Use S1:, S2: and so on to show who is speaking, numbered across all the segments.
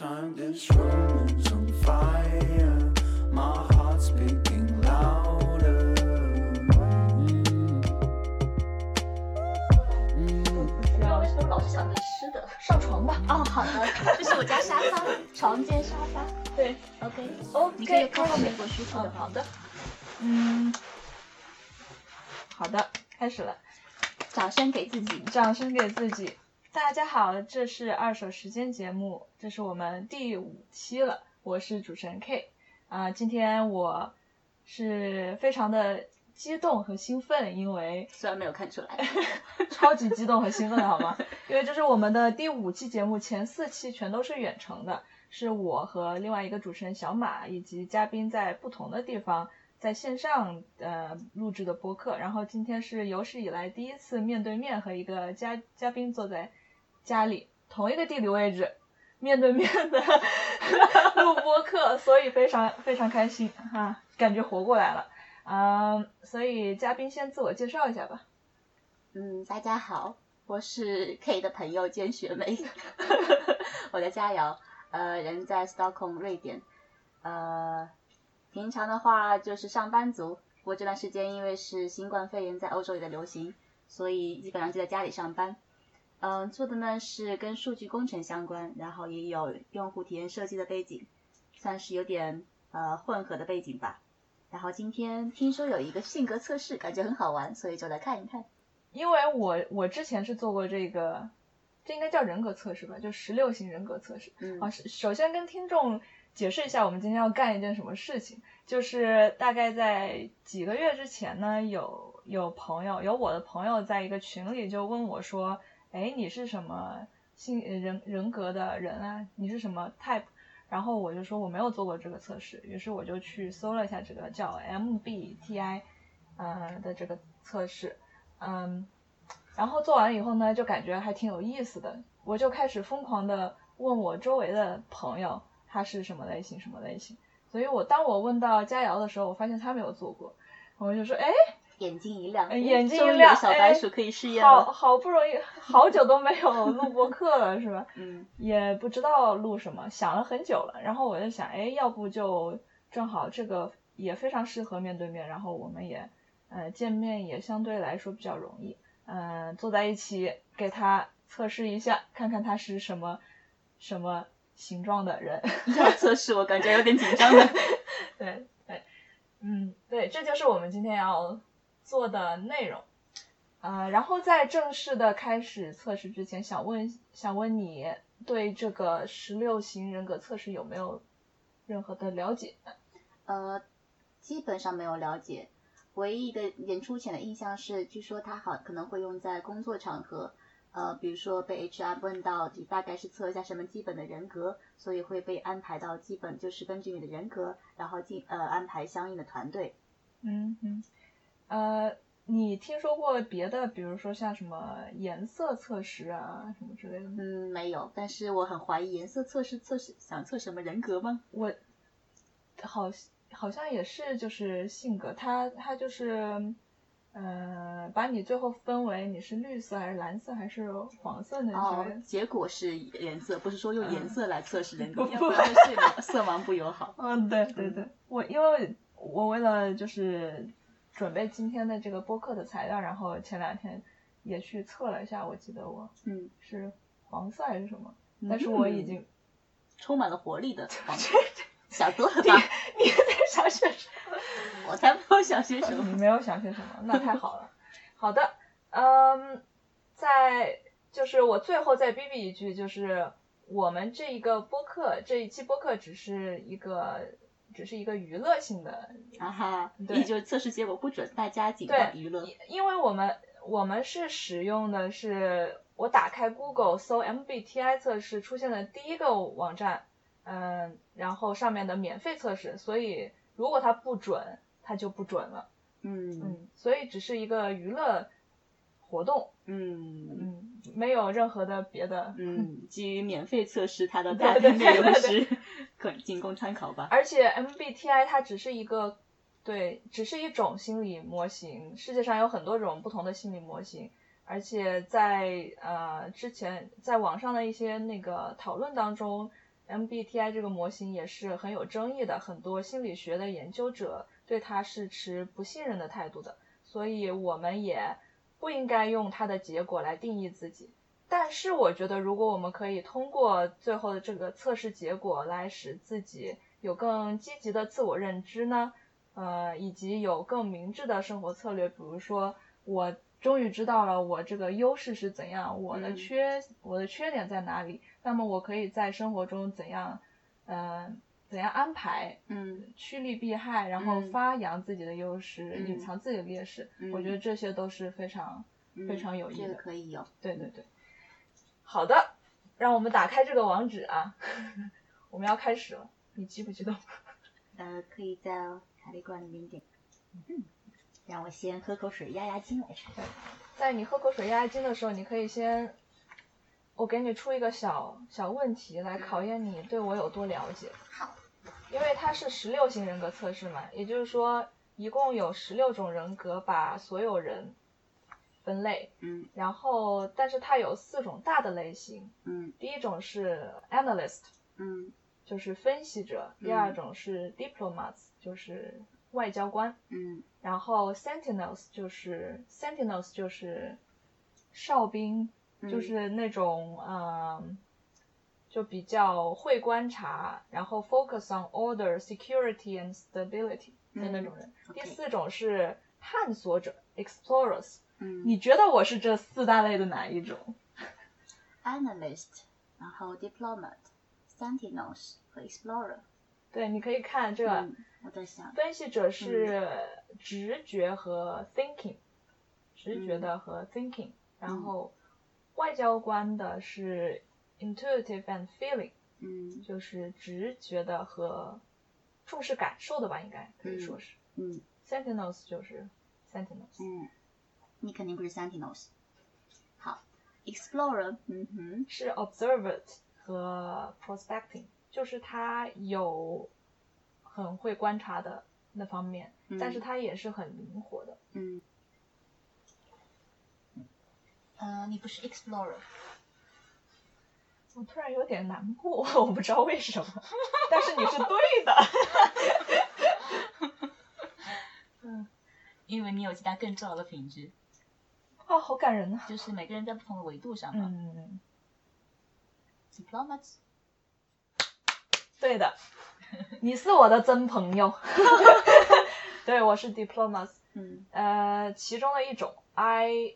S1: eyes, Romans on fire. My heart's beating louder. Mm. Mm.
S2: 不知道为什么老是想着吃的。
S3: 上床吧。
S2: 哦，好的，这是我家沙发，床间沙发。
S3: 对
S2: OK，
S3: ，OK，
S2: 你可以看看美
S3: 开始
S2: 国需求
S3: 嗯
S2: 的
S3: 好
S2: 话。
S3: 的，嗯，好的，开始了。
S2: 掌声给自己。
S3: 掌声给自己。大家好，这是二手时间节目，这是我们第五期了。我是主持人 K，啊、今天我是非常的激动和兴奋，因为
S2: 虽然没有看出来，
S3: 超级激动和兴奋，好吗？ 因为这是我们的第五期节目，前四期全都是远程的，是我和另外一个主持人小马以及嘉宾在不同的地方在线上呃录制的播客。然后今天是有史以来第一次面对面和一个嘉嘉宾坐在家里同一个地理位置。面对面的 录播课，所以非常非常开心哈、啊，感觉活过来了啊、所以嘉宾先自我介绍一下吧。
S2: 嗯，大家好，我是 K 的朋友兼学妹， 我叫佳瑶，呃，人在 Stockholm 瑞典，呃，平常的话就是上班族，不过这段时间因为是新冠肺炎在欧洲也在流行，所以基本上就在家里上班。嗯、做的呢是跟数据工程相关，然后也有用户体验设计的背景，算是有点呃混合的背景吧。然后今天听说有一个性格测试，感觉很好玩，所以就来看一看。
S3: 因为我我之前是做过这个，这应该叫人格测试吧，就十六型人格测试。
S2: 嗯
S3: 啊，是首先跟听众解释一下，我们今天要干一件什么事情，就是大概在几个月之前呢，有有朋友，有我的朋友在一个群里就问我说，哎，你是什么性呃人人格的人啊？你是什么 type？然后我就说我没有做过这个测试，于是我就去搜了一下这个叫 MBTI，呃的这个测试，嗯，然后做完以后呢，就感觉还挺有意思的，我就开始疯狂的问我周围的朋友他是什么类型，什么类型。所以我当我问到佳瑶的时候，我发现她没有做过，我就说，哎，
S2: 眼睛一亮，
S3: 哎眼睛
S2: 终于
S3: 一亮哎
S2: 有小白鼠可以试验
S3: 好
S2: 了。
S3: 好不容易，好久都没有录播课了，是吧？
S2: 嗯，
S3: 也不知道录什么，想了很久了。然后我就想，哎，要不就正好这个也非常适合面对面，然后我们也呃见面也相对来说比较容易，呃，坐在一起给他测试一下，看看他是什么什么形状的人。
S2: 要测试我感觉有点紧张了。
S3: 对对，嗯，对，这就是我们今天要做的内容。呃，然后在正式的开始测试之前，想问想问你对这个十六型人格测试有没有任何的了解？
S2: 呃，基本上没有了解，唯一一个演出前的印象是，据说它好可能会用在工作场合，呃，比如说被 HR 问到你大概是测一下什么基本的人格，所以会被安排到基本就是根据你的人格，然后进呃安排相应的团队。
S3: 嗯嗯，呃，你听说过别的，比如说像什么颜色测试啊什么之类的吗？
S2: 嗯，没有，但是我很怀疑颜色测试测试想测什么人格吗？
S3: 我好好像也是就是性格，它它就是呃，把你最后分为你是绿色还是蓝色还是黄色 那
S2: 哦
S3: 些。，
S2: 结果是颜色，不是说用颜色来测试 人格，
S3: 嗯
S2: 要不然会对色盲不友好。
S3: 嗯，对对对，我因为我为了就是准备今天的这个播客的材料，然后前两天也去测了一下，我记得我
S2: 嗯，
S3: 是黄色还是什么，但是我已经
S2: 充满了活力 的网站想多了吧？
S3: 你 在想些什么？
S2: 我才没有想 些什么。
S3: 你没有想些什么，那太好了。好的，嗯，在就是我最后再逼逼一句，就是我们这一个播客这一期播客只是一个只是一个娱乐性的，
S2: 啊哈，
S3: 对
S2: 也就是测试结果不准，大家仅
S3: 对
S2: 供娱乐。
S3: 因为我们我们是使用的是我打开 Google 搜 MBTI 测试出现的第一个网站，嗯，然后上面的免费测试，所以如果它不准，它就不准了。
S2: 嗯
S3: 嗯，所以只是一个娱乐活动，
S2: 嗯
S3: 嗯，没有任何的别的，
S2: 嗯，基于免费测试， 它的大
S3: 对
S2: 量
S3: 对
S2: 内容
S3: 对对
S2: 是可仅供参考 吧。
S3: 而且 MBTI 它只是一个，对，只是一种心理模型，世界上有很多种不同的心理模型，而且在呃之前在网上的一些那个讨论当中， MBTI 这个模型也是很有争议的，很多心理学的研究者对它是持不信任的态度的，所以我们也不应该用它的结果来定义自己。但是我觉得，如果我们可以通过最后的这个测试结果来使自己有更积极的自我认知呢，呃，以及有更明智的生活策略，比如说我终于知道了我这个优势是怎样，我的
S2: 嗯
S3: 缺、我的缺点在哪里，那么我可以在生活中怎样，呃，怎样安排，
S2: 嗯
S3: 趋利避害，然后
S2: 嗯
S3: 发扬自己的优势，
S2: 嗯
S3: 隐藏自己的劣势，
S2: 嗯
S3: 我觉得这些都是非常
S2: 嗯，
S3: 非常有益
S2: 这
S3: 的
S2: 个可以有。
S3: 对对对，好的，让我们打开这个网址啊， 我们要开始了，你激不激动？
S2: 呃，可以在咖喱罐里面点。嗯，让我先喝口水压压惊来着。
S3: 在你喝口水压压惊的时候，你可以先，我给你出一个小小问题来考验你对我有多了解。
S2: 好，
S3: 因为它是十六型人格测试嘛，也就是说一共有十六种人格把所有人分类，
S2: 嗯
S3: 然后但是它有四种大的类型，
S2: 嗯
S3: 第一种是 analyst，
S2: 嗯
S3: 就是分析者，第
S2: 嗯
S3: 二种是 diplomats，、就是外交官，
S2: 嗯
S3: 然后 sentinels 就是 sentinels 就是哨兵，
S2: 嗯
S3: 就是那种呃，就比较会观察，然后 focus on order, security and stability 的那种人。第
S2: 嗯 OK
S3: 四种是探索者 explorers，、
S2: 嗯
S3: 你觉得我是这四大类的哪一种？
S2: ，analyst，然后 diplomat、sentinels 和 explorer。
S3: 对，你可以看这个。
S2: 嗯，我在想，
S3: 分析者是
S2: 嗯
S3: 直觉和 thinking，、直
S2: 嗯
S3: 觉的和 thinking，、然后外交官的是 intuitive and feeling，
S2: 嗯
S3: 就是直觉的和重视感受的吧，应该可以说是。
S2: 嗯
S3: sentinels 就是 sentinels，
S2: 嗯，你肯定不是 sentinels。好，explorer，嗯哼，
S3: 是 observant 和 prospecting，就是他有很会观察的那方面，
S2: 嗯
S3: 但是他也是很灵活的。
S2: 嗯，呃，你不是 explorer，
S3: 我突然有点难过， 我不知道为什么，但是你是对的。
S2: 因为你有其他更重要的品质，
S3: 哦，好感人呐、
S2: 就是每个人在不同的维度上嘛。
S3: 嗯，
S2: diplomat，
S3: 对的， 你是我的真朋友。 对，我是 diplomas，
S2: 嗯
S3: 呃，其中的一种 I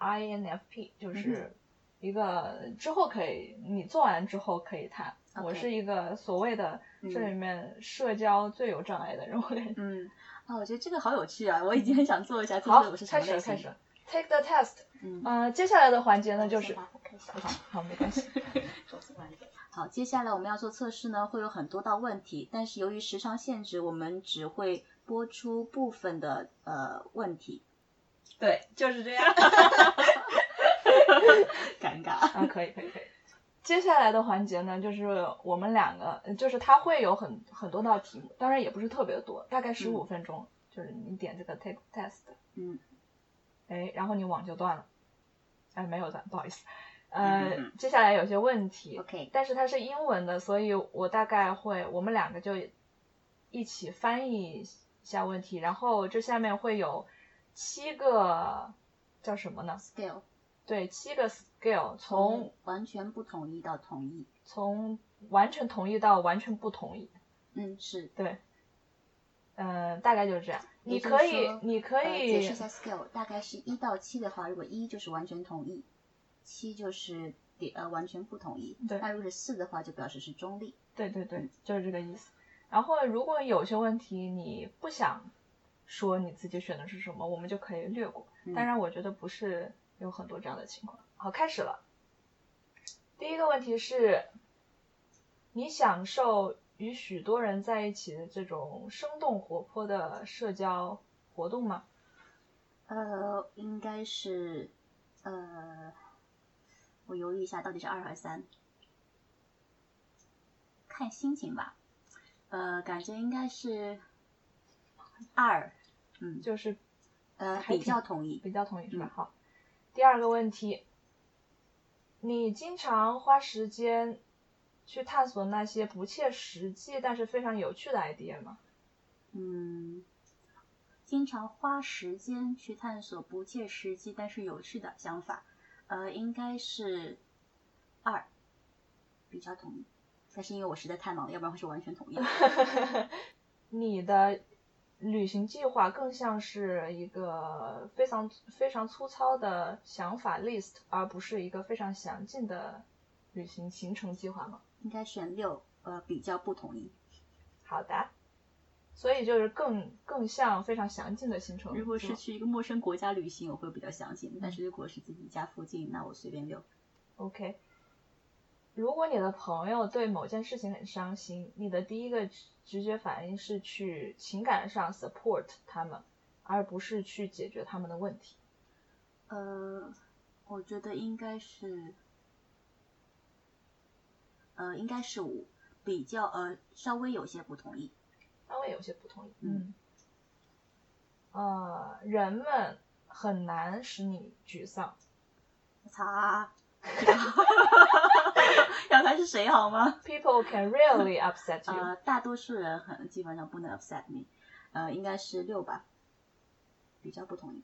S3: INFP，就是一个之后可以你做完之后可以谈。我
S2: OK
S3: 是一个所谓的
S2: 嗯
S3: 这里面社交最有障碍的人，我感觉。
S2: 嗯，啊、我觉得这个好有趣啊，我已经很想做一下，测
S3: 好
S2: 试我是，什
S3: 开
S2: 么
S3: 始
S2: 类
S3: 了
S2: 型。
S3: 开始了，take the test。
S2: 嗯，
S3: 呃，接下来的环节呢就是
S2: 先，把它开始啊
S3: 好好，没关系。
S2: 手机玩的好，接下来我们要做测试呢，会有很多道问题，但是由于时长限制，我们只会播出部分的呃问题。
S3: 对，就是这样。
S2: 尴尬。
S3: 啊，可以可以可以。接下来的环节呢，就是我们两个，呃就是它会有很很多道题目，当然也不是特别多，大概十五分钟，就是你点这个 take test，
S2: 嗯
S3: 哎，然后你网就断了，哎，没有断，不好意思。呃，
S2: 嗯嗯
S3: 接下来有些问题，
S2: ，OK，
S3: 但是它是英文的，所以我大概会，我们两个就一起翻译一下问题，然后这下面会有七个叫什么呢？
S2: scale
S3: 对，七个 scale，从
S2: 嗯完全不同意到同意。
S3: 从完全同意到完全不同意，
S2: 嗯，是。
S3: 对，呃，大概就是这样。你
S2: 也就是
S3: 可以
S2: 说，
S3: 你可
S2: 呃解释
S3: 以
S2: 一，下 scale，大概是一到七的话，如果一就是完全同意，七就是点呃完全不同意。
S3: 对
S2: 那如果是四的话，就表示是中立。
S3: 对对对
S2: 嗯，
S3: 就是这个意思。然后，如果有些问题你不想说你自己选的是什么，我们就可以略过。
S2: 嗯
S3: 当然，我觉得不是有很多这样的情况。好，开始了。第一个问题是，你享受与许多人在一起的这种生动活泼的社交活动吗？
S2: 呃，应该是，呃，我犹豫一下，到底是二还是三？看心情吧。呃，感觉应该是二，嗯，
S3: 就是
S2: 呃，
S3: 还
S2: 比较
S3: 挺
S2: 同意。
S3: 比较同意是吧
S2: 嗯？
S3: 好，第二个问题，你经常花时间去探索那些不切实际但是非常有趣的 idea 吗？
S2: 嗯，经常花时间去探索不切实际但是有趣的想法，呃，应该是二，比较同意。但是因为我实在太忙了，要不然会是完全同意的。
S3: 你的旅行计划更像是一个非常非常粗糙的想法 list，而不是一个非常详尽的旅行行程计划吗？
S2: 应该选六，呃，比较不同意。
S3: 好的，所以就是更更像非常详尽的行程。
S2: 如果
S3: 吗
S2: 是去一个陌生国家旅行，我会比较详细；但是如果是自己家附近，那我随便溜。
S3: OK，如果你的朋友对某件事情很伤心，你的第一个直直觉反应是去情感上 support 他们，而不是去解决他们的问题。
S2: 呃，我觉得应该是，呃，应该是五，比较呃稍微有些不同意。
S3: 稍微有些不同意。
S2: 嗯，
S3: 呃，人们很难使你沮丧。
S2: 我操啊！要他是谁好 吗？
S3: People can really upset you、
S2: 呃，大多数人很基本上不能 upset me，呃，应该是六吧，比较不同意。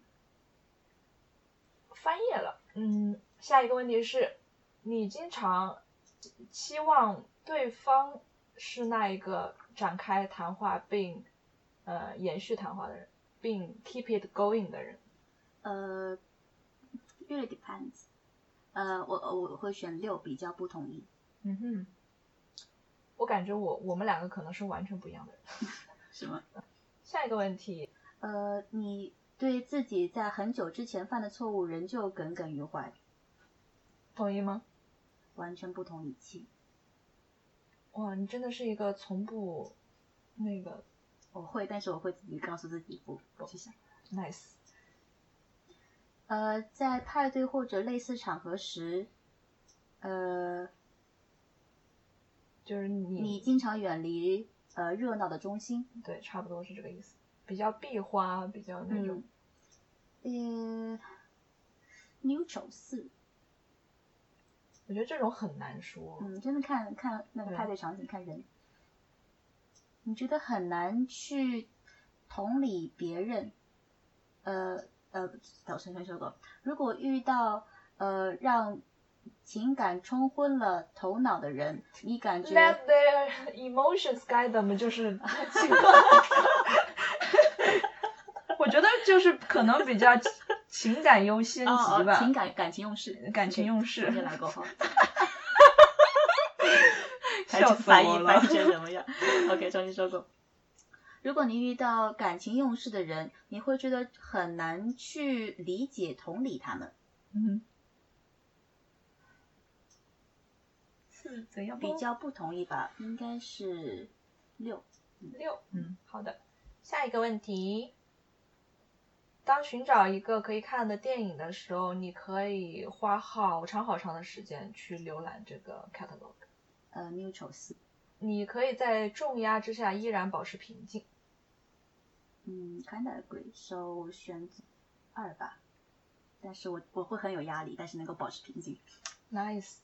S3: 翻页了。嗯，下一个问题是，你经常期望对方是那一个展开谈话并呃延续谈话的人，并 keep it going 的人。
S2: 呃，really depends。呃，我我我会选六，比较不同意。
S3: 嗯哼，我感觉我我们两个可能是完全不一样的人。
S2: 是吗？
S3: 下一个问题，
S2: 呃，你对自己在很久之前犯的错误仍旧耿耿于怀，
S3: 同意吗？
S2: 完全不同以气。
S3: 哇，你真的是一个从不那个
S2: 我会，但是我会自己告诉自己不不去想。
S3: nice。
S2: 呃，在派对或者类似场合时，呃，
S3: 就是你
S2: 你经常远离呃热闹的中心。
S3: 对，差不多是这个意思，比较壁花，比较那种、
S2: 嗯，呃，neutral 四，
S3: 我觉得这种很难说。
S2: 嗯，真的看看那个
S3: 对
S2: 派对场景，看人，你觉得很难去同理别人，呃呃，早晨先说过，如果遇到呃让情感冲昏了头脑的人，你感觉
S3: Let their emotions guide them，就是 情感。我觉得就是可能比较情情感优先
S2: 哦
S3: 级
S2: 哦
S3: 吧，
S2: 情感感情用事，
S3: 感情用
S2: 直接
S3: 事。
S2: 来过后。
S3: 笑死
S2: 翻
S3: 我
S2: 译
S3: 了
S2: 翻译成什么样？OK，重新说过。如果你遇到感情用事的人，你会觉得很难去理解、同理他们，
S3: 嗯，是怎样
S2: 比较不同意吧？应该是六。
S3: 六，嗯，好的。下一个问题，当寻找一个可以看的电影的时候，你可以花好长好长的时间去浏览这个 catalog。
S2: 呃，neutral 四。
S3: 你可以在重压之下依然保持平静。
S2: 嗯，kind of agree。So 选二吧，但是我我会很有压力，但是能够保持平静。
S3: Nice，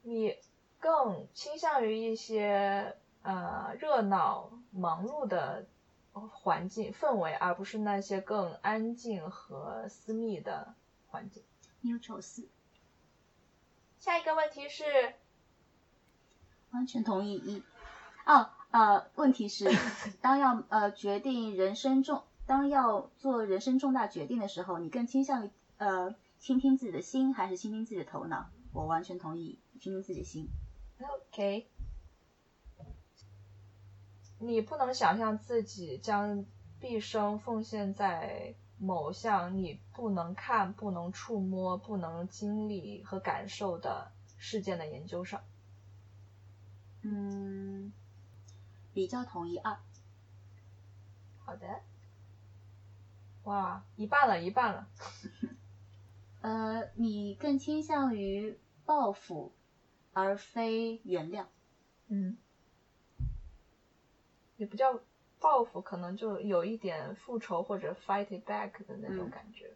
S3: 你更倾向于一些呃热闹忙碌的环境氛围，而不是那些更安静和私密的环境。
S2: neutral 四，
S3: 下一个问题是，
S2: 完全同意一。哦，呃，问题是，当要呃决定人生重，当要做人生重大决定的时候，你更倾向于呃倾听自己的心，还是倾听自己的头脑？我完全同意倾听自己的心。
S3: OK，你不能想象自己将毕生奉献在某项你不能看、不能触摸、不能经历和感受的事件的研究上。
S2: 嗯，比较同意二。
S3: 好的。哇，一半了，一半了。
S2: 呃，你更倾向于报复，而非原谅。
S3: 嗯，也不叫报复，可能就有一点复仇或者 fight it back 的那种
S2: 嗯
S3: 感觉。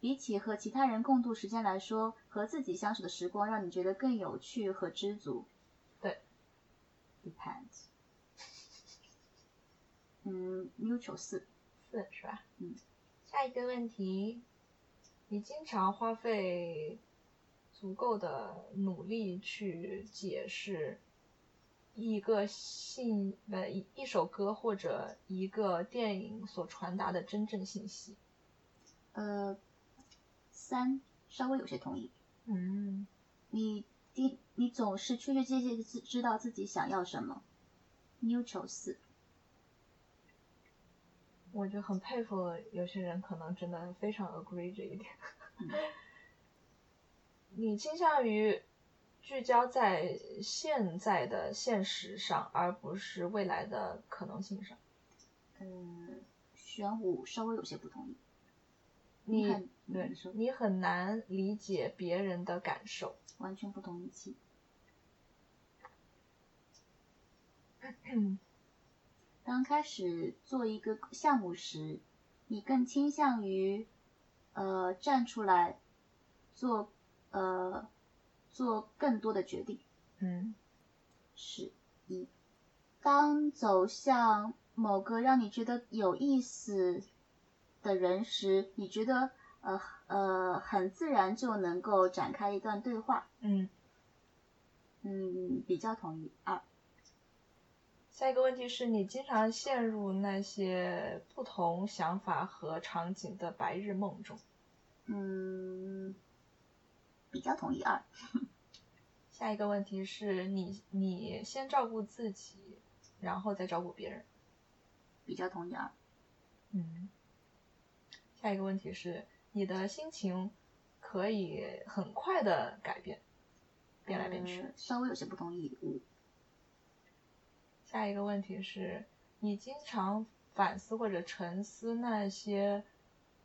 S2: 比起和其他人共度时间来说，和自己相处的时光让你觉得更有趣和知足。
S3: 对，
S2: depends，嗯，neutral 四，
S3: 四是吧？
S2: 嗯。
S3: 下一个问题，你经常花费足够的努力去解释一个信不一一首歌或者一个电影所传达的真正信息。
S2: 呃，三稍微有些同意。
S3: 嗯，
S2: 你你你总是确确切切的知知道自己想要什么。neutral 四，
S3: 我就很佩服有些人，可能真的非常 agree 这一点。
S2: 嗯
S3: 你倾向于聚焦在现在的现实上，而不是未来的可能性上。
S2: 呃，选五稍微有些不同意。
S3: 你
S2: 看
S3: 对
S2: 你说，
S3: 你很难理解别人的感受。
S2: 完全不同意七。
S3: 嗯
S2: 当开始做一个项目时，你更倾向于，呃，站出来做，呃，做更多的决定。
S3: 嗯
S2: 是一。当走向某个让你觉得有意思的人时，你觉得呃呃很自然就能够展开一段对话。
S3: 嗯。
S2: 嗯，比较同意二。
S3: 下一个问题是你经常陷入那些不同想法和场景的白日梦中。
S2: 嗯，比较同意二。
S3: 下一个问题是你，你先照顾自己，然后再照顾别人。
S2: 比较同意二。
S3: 嗯。下一个问题是，你的心情可以很快的改变，变来变去。
S2: 呃稍微有些不同意五。
S3: 下一个问题是，你经常反思或者沉思那些，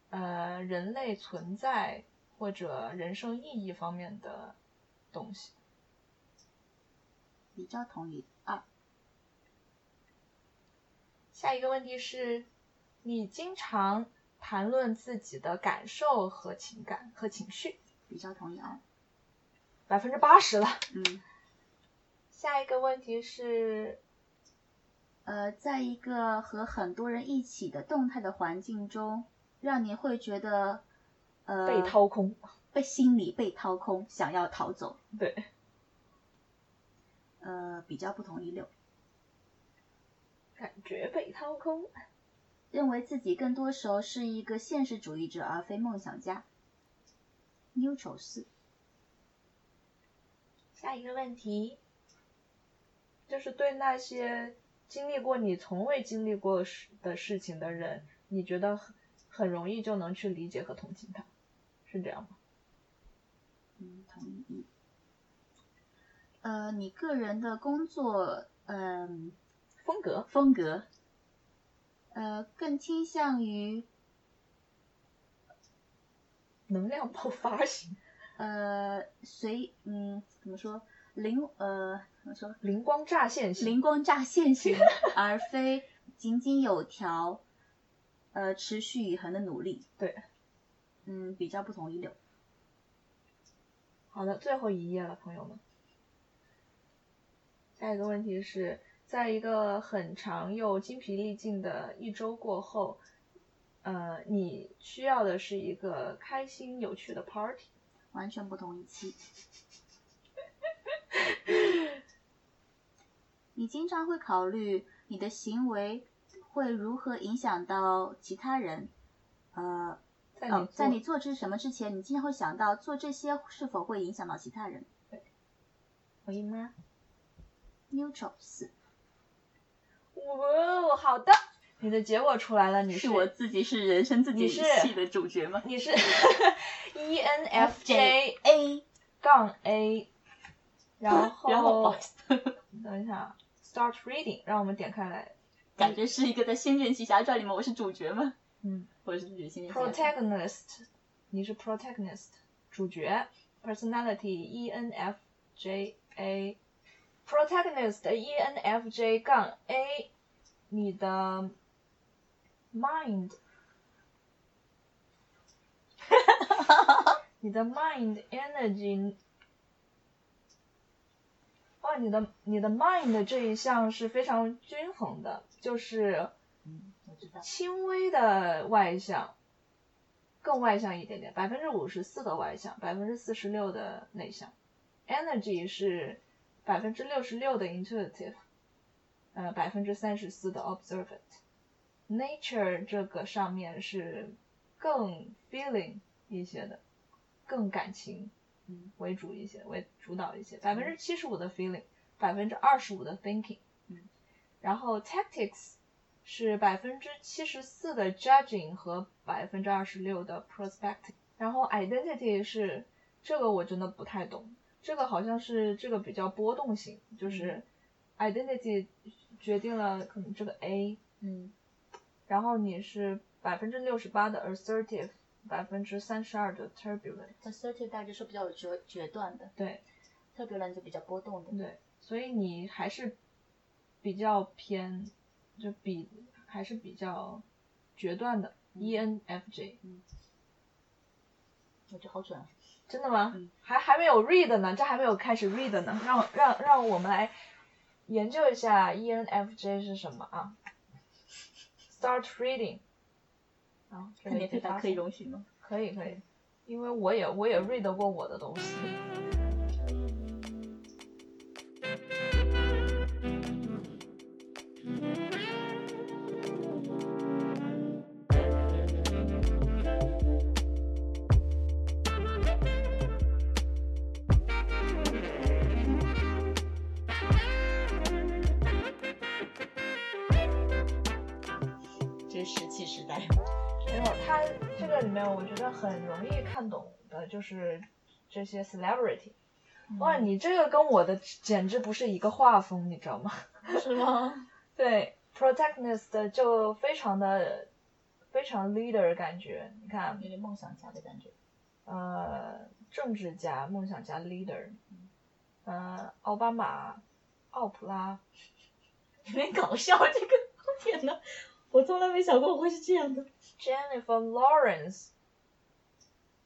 S3: 呃，人类存在或者人生意义方面的东西。
S2: 比较同意二。
S3: 下一个问题是，你经常谈论自己的感受和情感和情绪，
S2: 比较同意二。
S3: 百分之八十了。
S2: 嗯。
S3: 下一个问题是，
S2: 呃，在一个和很多人一起的动态的环境中，让你会觉得呃
S3: 被掏空。
S2: 被心理被掏空，想要逃走。
S3: 对。
S2: 呃，比较不同意六，
S3: 感觉被掏空。
S2: 认为自己更多时候是一个现实主义者而非梦想家。neutral 四，
S3: 下一个问题，就是对那些经历过你从未经历过事的事情的人，你觉得很很容易就能去理解和同情他，是这样吗？
S2: 嗯，同意一。呃，你个人的工作，嗯、
S3: 风格，
S2: 风格，呃，更倾向于
S3: 能量爆发型，
S2: 呃，随嗯怎么说灵呃怎么说
S3: 灵光乍现型，
S2: 灵光乍现 型，而非井井有条，呃持续以恒的努力。
S3: 对，
S2: 嗯，比较不同意六。
S3: 好的，最后一页了，朋友们。下一个问题是，在一个很长又精疲力尽的一周过后，呃，你需要的是一个开心有趣的 party。
S2: 完全不同一期。你经常会考虑你的行为会如何影响到其他人，呃，
S3: 在你、
S2: 哦，在你做之什么之前，你经常会想到做这些是否会影响到其他人。
S3: 回吗？
S2: neutral 四，
S3: 哇哦，好的，你的结果出来了，你
S2: 是我自己是人生自己
S3: 你是
S2: 戏的主角吗
S3: 你 是 E N F J
S2: A，
S3: 杠 A，然后
S2: 然后不好意思
S3: 等一下，start 啊 reading，让我们点开来
S2: 感觉是一个在《仙剑奇侠传》里面我是主角吗？
S3: 嗯，
S2: 我是主角，《仙剑奇侠传》
S3: protagonist，你是 protagonist 主角，personality E N F J A。protagonist E N F J 杠 A，你的 mind，你的 mind energy，哇，话，你的你的 mind 这一项是非常均衡的，就是
S2: 嗯，我知道。
S3: 轻微的外向，更外向一点点，百分之五十四的外向，百分之四十六的内向，energy 是百分之六十六的 intuitive，呃，百分之三十四的 observant，nature 这个上面是更 feeling 一些的，更感情
S2: 嗯
S3: 为主一些，为主导一些，百分之七十五的 feeling，百分之二十五的 thinking，
S2: 嗯，
S3: 然后 tactics。是百分之七十四的 judging 和百分之二十六的 prospecting。然后 identity 是这个我真的不太懂，这个好像是这个比较波动性，就是
S2: 嗯
S3: identity 决定了可能这个 A，
S2: 嗯
S3: 然后你是百分之六十八的 assertive，百分之三十二的 turbulent。
S2: ，assertive 大致是比较有决决断的
S3: 对
S2: ，turbulent 就比较波动的。
S3: 对，所以你还是比较偏，就比还是比较决断的
S2: 嗯
S3: E ENFJ。
S2: 我觉得好准啊。
S3: 真的吗？
S2: 嗯
S3: 还还没有 read 呢，这还没有开始 read 呢，让我让让我们来研究一下 E ENFJ 是什么啊？Start reading。啊，这
S2: 看
S3: 个
S2: 免费版
S3: 发
S2: 可以
S3: 送
S2: 容许吗？
S3: 可以可以，因为我也我也 read 过我的东西。
S2: 这是石器时 代。
S3: 没有，它这个里面我觉得很容易看懂的就是这些 celebrity。哇，你这个跟我的简直不是一个画风，你知道吗？
S2: 是吗？
S3: 对，protagonist 就非常的非常 leader 感觉，你看，
S2: 有点梦想家的感觉。
S3: 呃，政治家、梦想家 leader，呃，奥巴马、奥普拉，
S2: 有点搞笑，这个天呐，我从来没想过我会是这 样的。
S3: Jennifer Lawrence，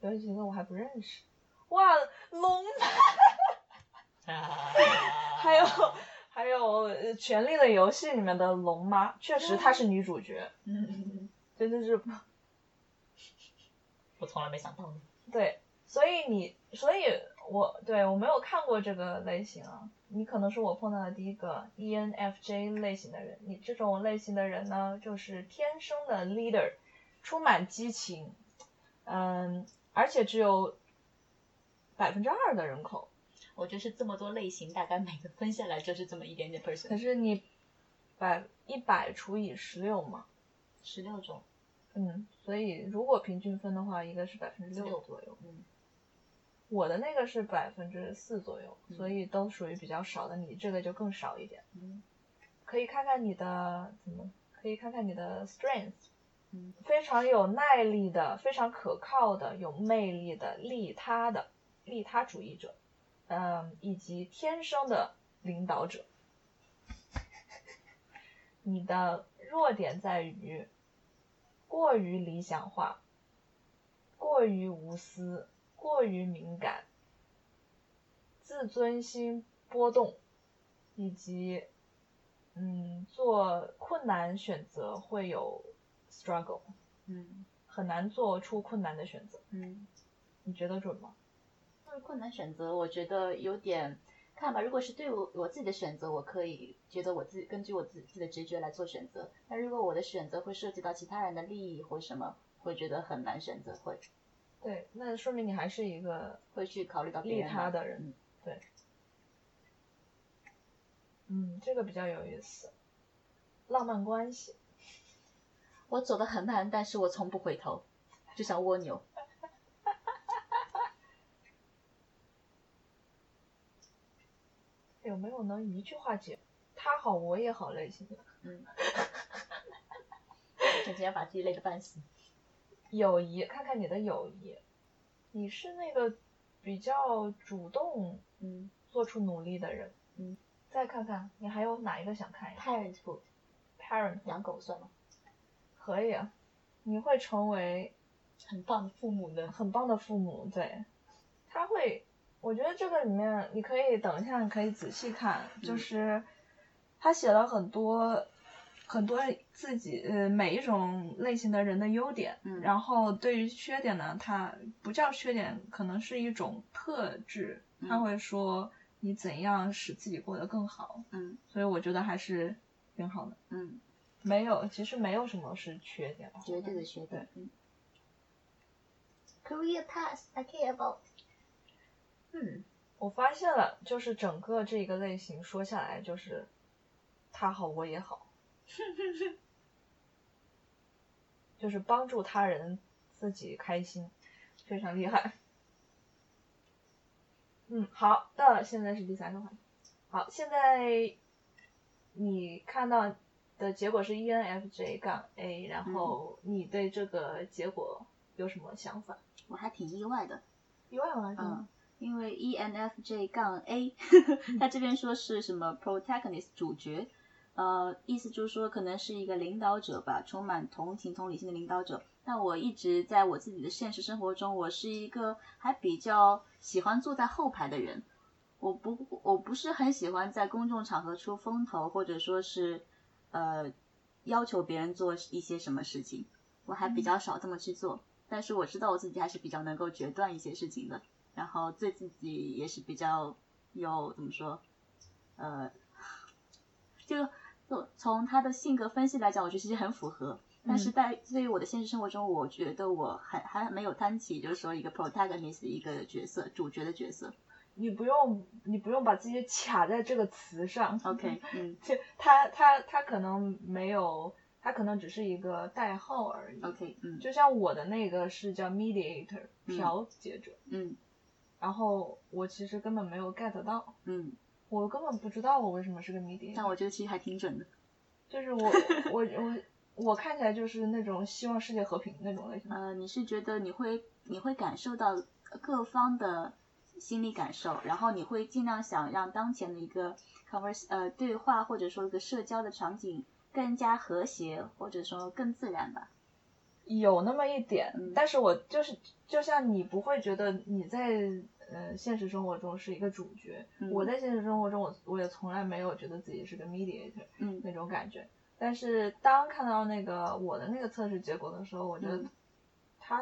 S3: 有几个我还不认识。哇，龙
S2: 啊
S3: 还有 还有呃《权力的游戏》里面的龙妈，确实她是女主角，
S2: 嗯，
S3: 真的是
S2: 我从来没想到过。
S3: 对，所以你，所以我对我没有看过这个类型啊，你可能是我碰到的第一个 E ENFJ 类型的人。你这种类型的人呢，就是天生的 leader，充满激情，嗯，而且只有百分之二的人口。
S2: 我觉得是这么多类型，大概每个分下来就是这么一点点
S3: 可
S2: person，
S3: 是你百一百除以十六嘛，
S2: 十六种。
S3: 嗯，所以如果平均分的话，应该是百分之六
S2: 六
S3: 左右。
S2: 嗯，
S3: 我的那个是百分之四左右，
S2: 嗯
S3: 所以都属于比较少的。你这个就更少一点。
S2: 嗯
S3: 可以看看你的怎么，可以看看你的 strength，
S2: 嗯，
S3: 非常有耐力的，非常可靠的，有魅力的，利他的，利他主义者，嗯，以及天生的领导者。你的弱点在于过于理想化，过于无私，过于敏感，自尊心波动，以及嗯，做困难选择会有 struggle，
S2: 嗯
S3: 很难做出困难的选择。
S2: 嗯，
S3: 你觉得准吗？
S2: 就是困难选择，我觉得有点看吧。如果是对我我自己的选择，我可以觉得我自己根据我自自己的直觉来做选择。但如果我的选择会涉及到其他人的利益或什么，会觉得很难选择，会
S3: 对，那说明你还是一个
S2: 会去考虑到别
S3: 利
S2: 人吧
S3: 他的人。
S2: 嗯
S3: 对，嗯，这个比较有意思。浪漫关系，
S2: 我走得很慢，但是我从不回头，就像蜗牛。
S3: 有没有能一句话解他好我也好类型的？
S2: 嗯，整天把自己累得半死。
S3: 友谊，看看你的友谊，你是那个比较主动
S2: 嗯
S3: 做出努力的人。
S2: 嗯，
S3: 再看看你还有哪一个想看呀
S2: ，parenthood
S3: ？Parent
S2: 养狗算吗？
S3: 可以啊，你会成为
S2: 很棒的父母呢。
S3: 很棒的父母，对，他会我觉得这个里面你可以等一下，你可以仔细看，
S2: 嗯
S3: 就是他写了很多很多自己呃每一种类型的人的优点，
S2: 嗯
S3: 然后对于缺点呢，他不叫缺点，可能是一种特质，他
S2: 嗯
S3: 会说你怎样使自己过得更好，
S2: 嗯
S3: 所以我觉得还是挺好的。
S2: 嗯，
S3: 没有，其实没有什么是缺点吧。
S2: 绝对的缺点。嗯 Career path I care about。嗯
S3: 我发现了，就是整个这一个类型说下来，就是他好我也好，就是帮助他人，自己开心，非常厉害。嗯，好的，现在是第三个环节。好，现在你看到的结果是 E ENFJ 杠 A，然后你对这个结果有什么想法？
S2: 我还挺意外的，
S3: 意外吗？
S2: 嗯，因为 ENFJ 杠 A，他这边说是什么 protagonist 主角，呃，意思就是说可能是一个领导者吧，充满同情同理心的领导者。但我一直在我自己的现实生活中，我是一个还比较喜欢坐在后排的人，我不我不是很喜欢在公众场合出风头，或者说是呃要求别人做一些什么事情，我还比较少这么去做。但是我知道我自己还是比较能够决断一些事情的，然后对自己也是比较有怎么说，呃，就就从他的性格分析来讲，我觉得其实很符合。但是在对于我的现实生活中，我觉得我还还没有担起，就是说一个 protagonist 一个角色，主角的角色。
S3: 你不用，你不用把自己卡在这个词上。
S2: OK，嗯
S3: 就他他他可能没有，他可能只是一个代号而已。
S2: ，OK，嗯
S3: 就像我的那个是叫 mediator
S2: 嗯
S3: 调解者，
S2: 嗯
S3: 然后我其实根本没有 get 到，
S2: 嗯，
S3: 我根本不知道我为什么是个 mediator。
S2: 但我觉得其实还挺准的。
S3: 就是我我我我看起来就是那种希望世界和平那种类型。
S2: 呃，你是觉得你会你会感受到各方的心理感受，然后你会尽量想让当前的一个 convers 呃对话或者说一个社交的场景更加和谐，或者说更自然吧。
S3: 有那么一点，
S2: 嗯
S3: 但是我就是就像你不会觉得你在呃现实生活中是一个主角，
S2: 嗯
S3: 我在现实生活中我我也从来没有觉得自己是个 mediator
S2: 嗯
S3: 那种感觉。但是当看到那个我的那个测试结果的时候，我觉得
S2: 嗯
S3: 他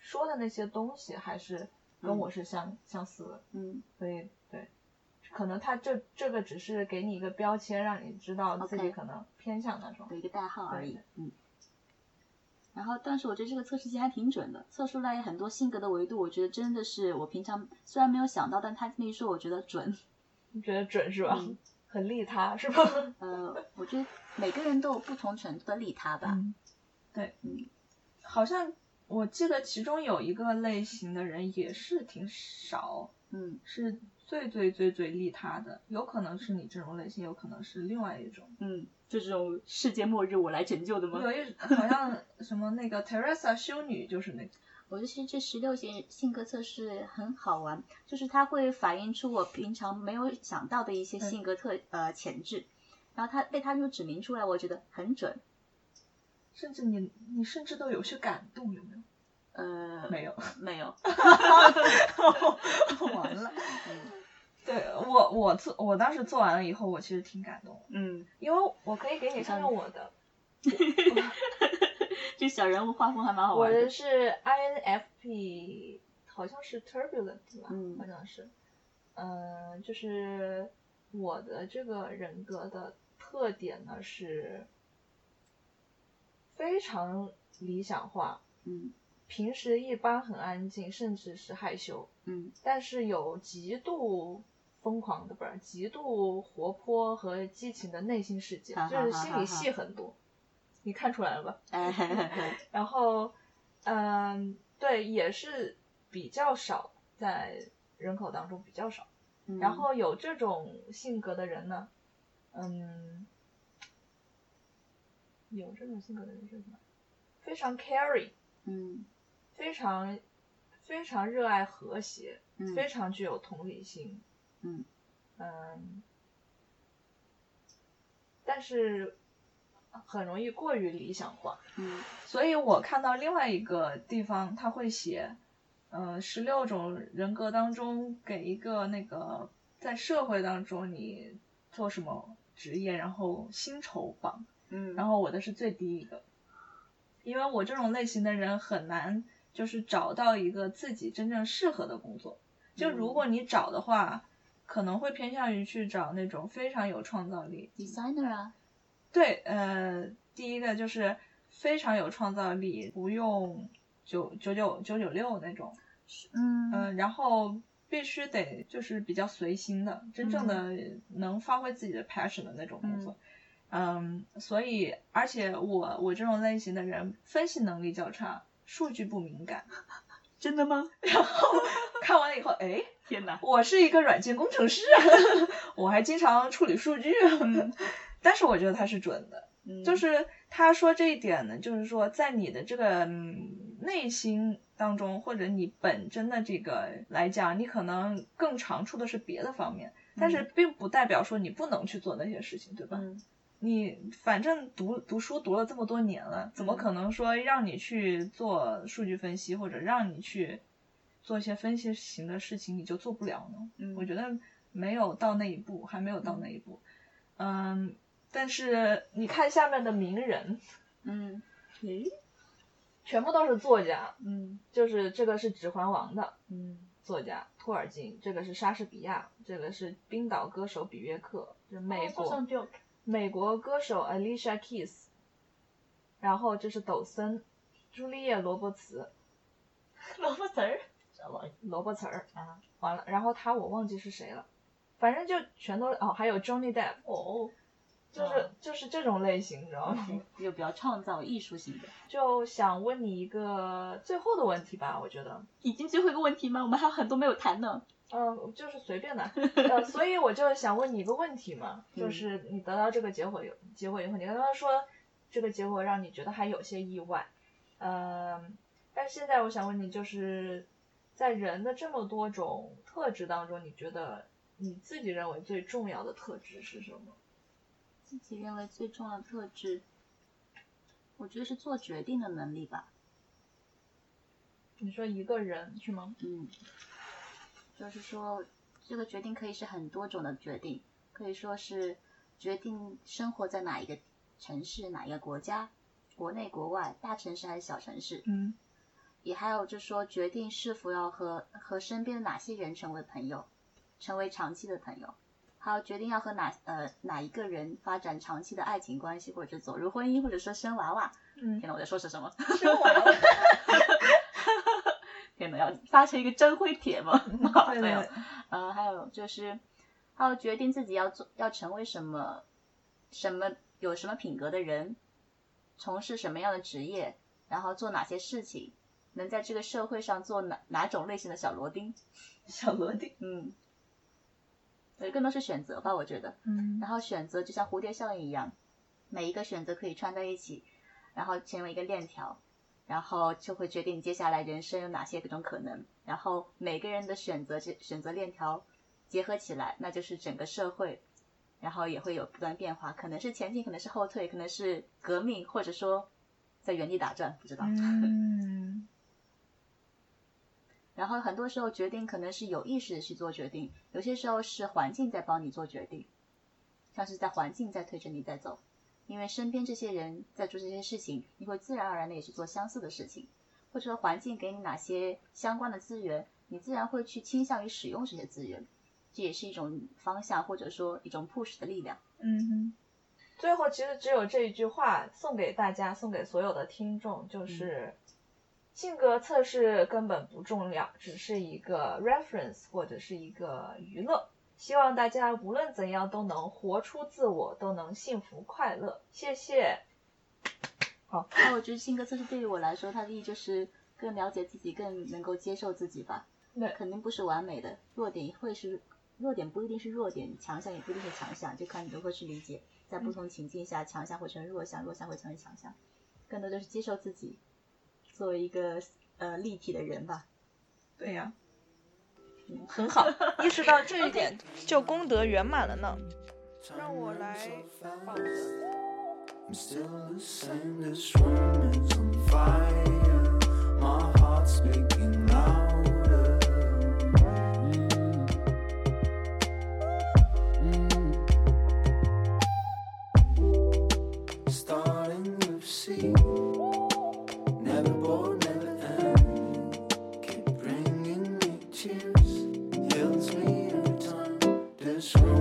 S3: 说的那些东西还是跟
S2: 嗯
S3: 我是相、相似的，
S2: 嗯
S3: 所以对，可能他这这个只是给你一个标签，让你知道自己
S2: OK
S3: 可能偏向哪种。
S2: 的一个代号而
S3: 对
S2: 已
S3: 对。
S2: 嗯。然后，但是我觉得这个测试其实还挺准的，测出来很多性格的维度，我觉得真的是我平常虽然没有想到，但他这么一说，我觉得准。
S3: 你觉得准是吧？
S2: 嗯
S3: 很利他是吧？
S2: 呃，我觉得每个人都有不同程度的利他吧。
S3: 嗯，对，
S2: 嗯
S3: 好像我记得其中有一个类型的人也是挺少，
S2: 嗯
S3: 是最最最最利他的，有可能是你这种类型，有可能是另外一种。
S2: 嗯，这种世界末日我来拯救的吗？
S3: 有一好像什么那个 Teresa 修女就是那个，
S2: 我就是这十六型性格测试很好玩，就是它会反映出我平常没有想到的一些性格特、呃潜质，然后它被它就指明出来，我觉得很准。
S3: 甚至你你甚至都有些感动，有没有？
S2: 呃，
S3: 没有。
S2: 没有，
S3: 完了。
S2: 嗯
S3: 对我我做我当时做完了以后，我其实挺感动的，
S2: 嗯，
S3: 因为我可以给你看看我的，
S2: 这小人物画风还蛮好
S3: 我
S2: 玩
S3: 的
S2: 的。
S3: 是 INFP，好像是 turbulent 吧，
S2: 嗯
S3: 好像是，呃，就是我的这个人格的特点呢是非常理想化，
S2: 嗯
S3: 平时一般很安静，甚至是害羞，
S2: 嗯
S3: 但是有极度。疯狂的不是极度活泼和激情的内心世界，
S2: 哈哈
S3: 就是
S2: 哈
S3: 心
S2: 哈
S3: 里
S2: 哈
S3: 戏很多，你看出来了吧？
S2: 哎嘿嘿嘿
S3: 然后，嗯，对，也是比较少，在人口当中比较少。
S2: 嗯
S3: 然后有这种性格的人呢，嗯，有这种性格的人是什么？非常 carry，
S2: 嗯
S3: 非常非常热爱和谐，
S2: 嗯
S3: 非常具有同理心，
S2: 嗯
S3: 嗯，但是很容易过于理想化。
S2: 嗯
S3: 所以我看到另外一个地方，他会写，呃十六种人格当中给一个那个在社会当中你做什么职业，然后薪酬榜，
S2: 嗯，
S3: 然
S2: 后
S3: 后我的是最低一个，因为我这种类型的人很难就是找到一个自己真正适合的工作。就如果你找的话，可能会偏向于去找那种非常有创造力。
S2: designer 啊，
S3: 对，呃，第一个就是非常有创造力，不用九九九九九六那种，
S2: 嗯
S3: 嗯、然后必须得就是比较随心的，真正的能发挥自己的 passion 的那种工作。嗯，所以而且我我这种类型的人，分析能力较差，数据不敏感。
S2: 真的吗？
S3: 看完了以后，哎，
S2: 天哪，
S3: 我是一个软件工程师， 我还经常处理数据，嗯但是我觉得他是准的。
S2: 嗯
S3: 就是他说这一点呢，就是说在你的这个、嗯、内心当中，或者你本真的这个来讲，你可能更长处的是别的方面，但是并不代表说你不能去做那些事情，对吧？
S2: 嗯
S3: 你反正读读书读了这么多年了，
S2: 嗯
S3: 怎么可能说让你去做数据分析，或者让你去做一些分析型的事情，你就做不了呢？
S2: 嗯
S3: 我觉得没有到那一步，还没有到那一步。嗯，但是你看下面的名人，
S2: 嗯诶
S3: 全部都是作家，
S2: 嗯
S3: 就是这个是《指环王》的
S2: 嗯
S3: 作家托尔金，这个是莎士比亚，这个是冰岛歌手比约克，这美国。
S2: 送 joke，
S3: 美国歌手 Alicia Keys，然后这是抖森、朱丽叶·罗伯茨、
S2: 萝卜丝儿，什么？
S3: 罗伯茨儿，
S2: 啊
S3: 完了，然后他我忘记是谁了，反正就全都哦，还有 Johnny Depp，
S2: 哦，
S3: 就是、
S2: 哦
S3: 就是这种类型，你知道吗？
S2: 又比较创造艺术型的。
S3: 就想问你一个最后的问题吧，我觉得，
S2: 已经最后一个问题吗？我们还有很多没有谈呢。
S3: 嗯，就是随便的，呃，所以我就想问你一个问题嘛，就是你得到这个结果有结果以后，你刚刚说这个结果让你觉得还有些意外，嗯，但现在我想问你，就是在人的这么多种特质当中，你觉得你自己认为最重要的特质是什么？
S2: 自己认为最重要的特质，我觉得是做决定的能力吧。
S3: 你说一个人是吗？
S2: 嗯，就是说这个决定可以是很多种的决定，可以说是决定生活在哪一个城市、哪一个国家，国内国外，大城市还是小城市，
S3: 嗯
S2: 也还有就是说决定是否要和和身边的哪些人成为朋友，成为长期的朋友，还有决定要和哪呃哪一个人发展长期的爱情关系，或者走入婚姻，或者说生娃娃。
S3: 嗯
S2: 天，呐，我在说是什么？
S3: 生完了，
S2: 天呐，要发成一个真会 帖吗？
S3: 对
S2: 没有
S3: 对，
S2: 呃，还有就是，还有决定自己要做要成为什么什么有什么品格的人，从事什么样的职业，然后做哪些事情，能在这个社会上做哪哪种类型的小螺钉。
S3: 小罗丁，
S2: 嗯，对，更多是选择吧，我觉得。
S3: 嗯
S2: 然后选择就像蝴蝶效应一样，每一个选择可以串在一起，然后成为一个链条，然后就会决定你接下来人生有哪些各种可能。然后每个人的选择这选择链条结合起来，那就是整个社会，然后也会有不断变化，可能是前进，可能是后退，可能是革命，或者说在原地打转，不知道。
S3: 嗯
S2: 然后很多时候决定可能是有意识的去做决定，有些时候是环境在帮你做决定，像是在环境在推着你在走，因为身边这些人在做这些事情，你会自然而然的也去做相似的事情，或者说环境给你哪些相关的资源，你自然会去倾向于使用这些资源，这也是一种方向或者说一种 push 的力量。
S3: 嗯哼，最后其实只有这一句话送给大家，送给所有的听众，就是、性格测试根本不重要，只是一个 reference 或者是一个娱乐。希望大家无论怎样都能活出自我，都能幸福快乐。谢谢。
S2: 那我觉得性格测试对于我来说，它的意义就是更了解自己，更能够接受自己吧。
S3: 对
S2: 肯定不是完美的，弱点会是弱点，不一定是弱点，强项也不一定是强项，就看你如何去理解。在不同情境下，强项会成为弱项，弱项会成为强项。更多的是接受自己，作为一个呃立体的人吧。嗯
S3: 对呀、很好，意识到这一点就功德圆满了呢。
S1: 让我来放歌。I'm still the same, this room is on fire. My heart's speaking louder. Mm. 成熟。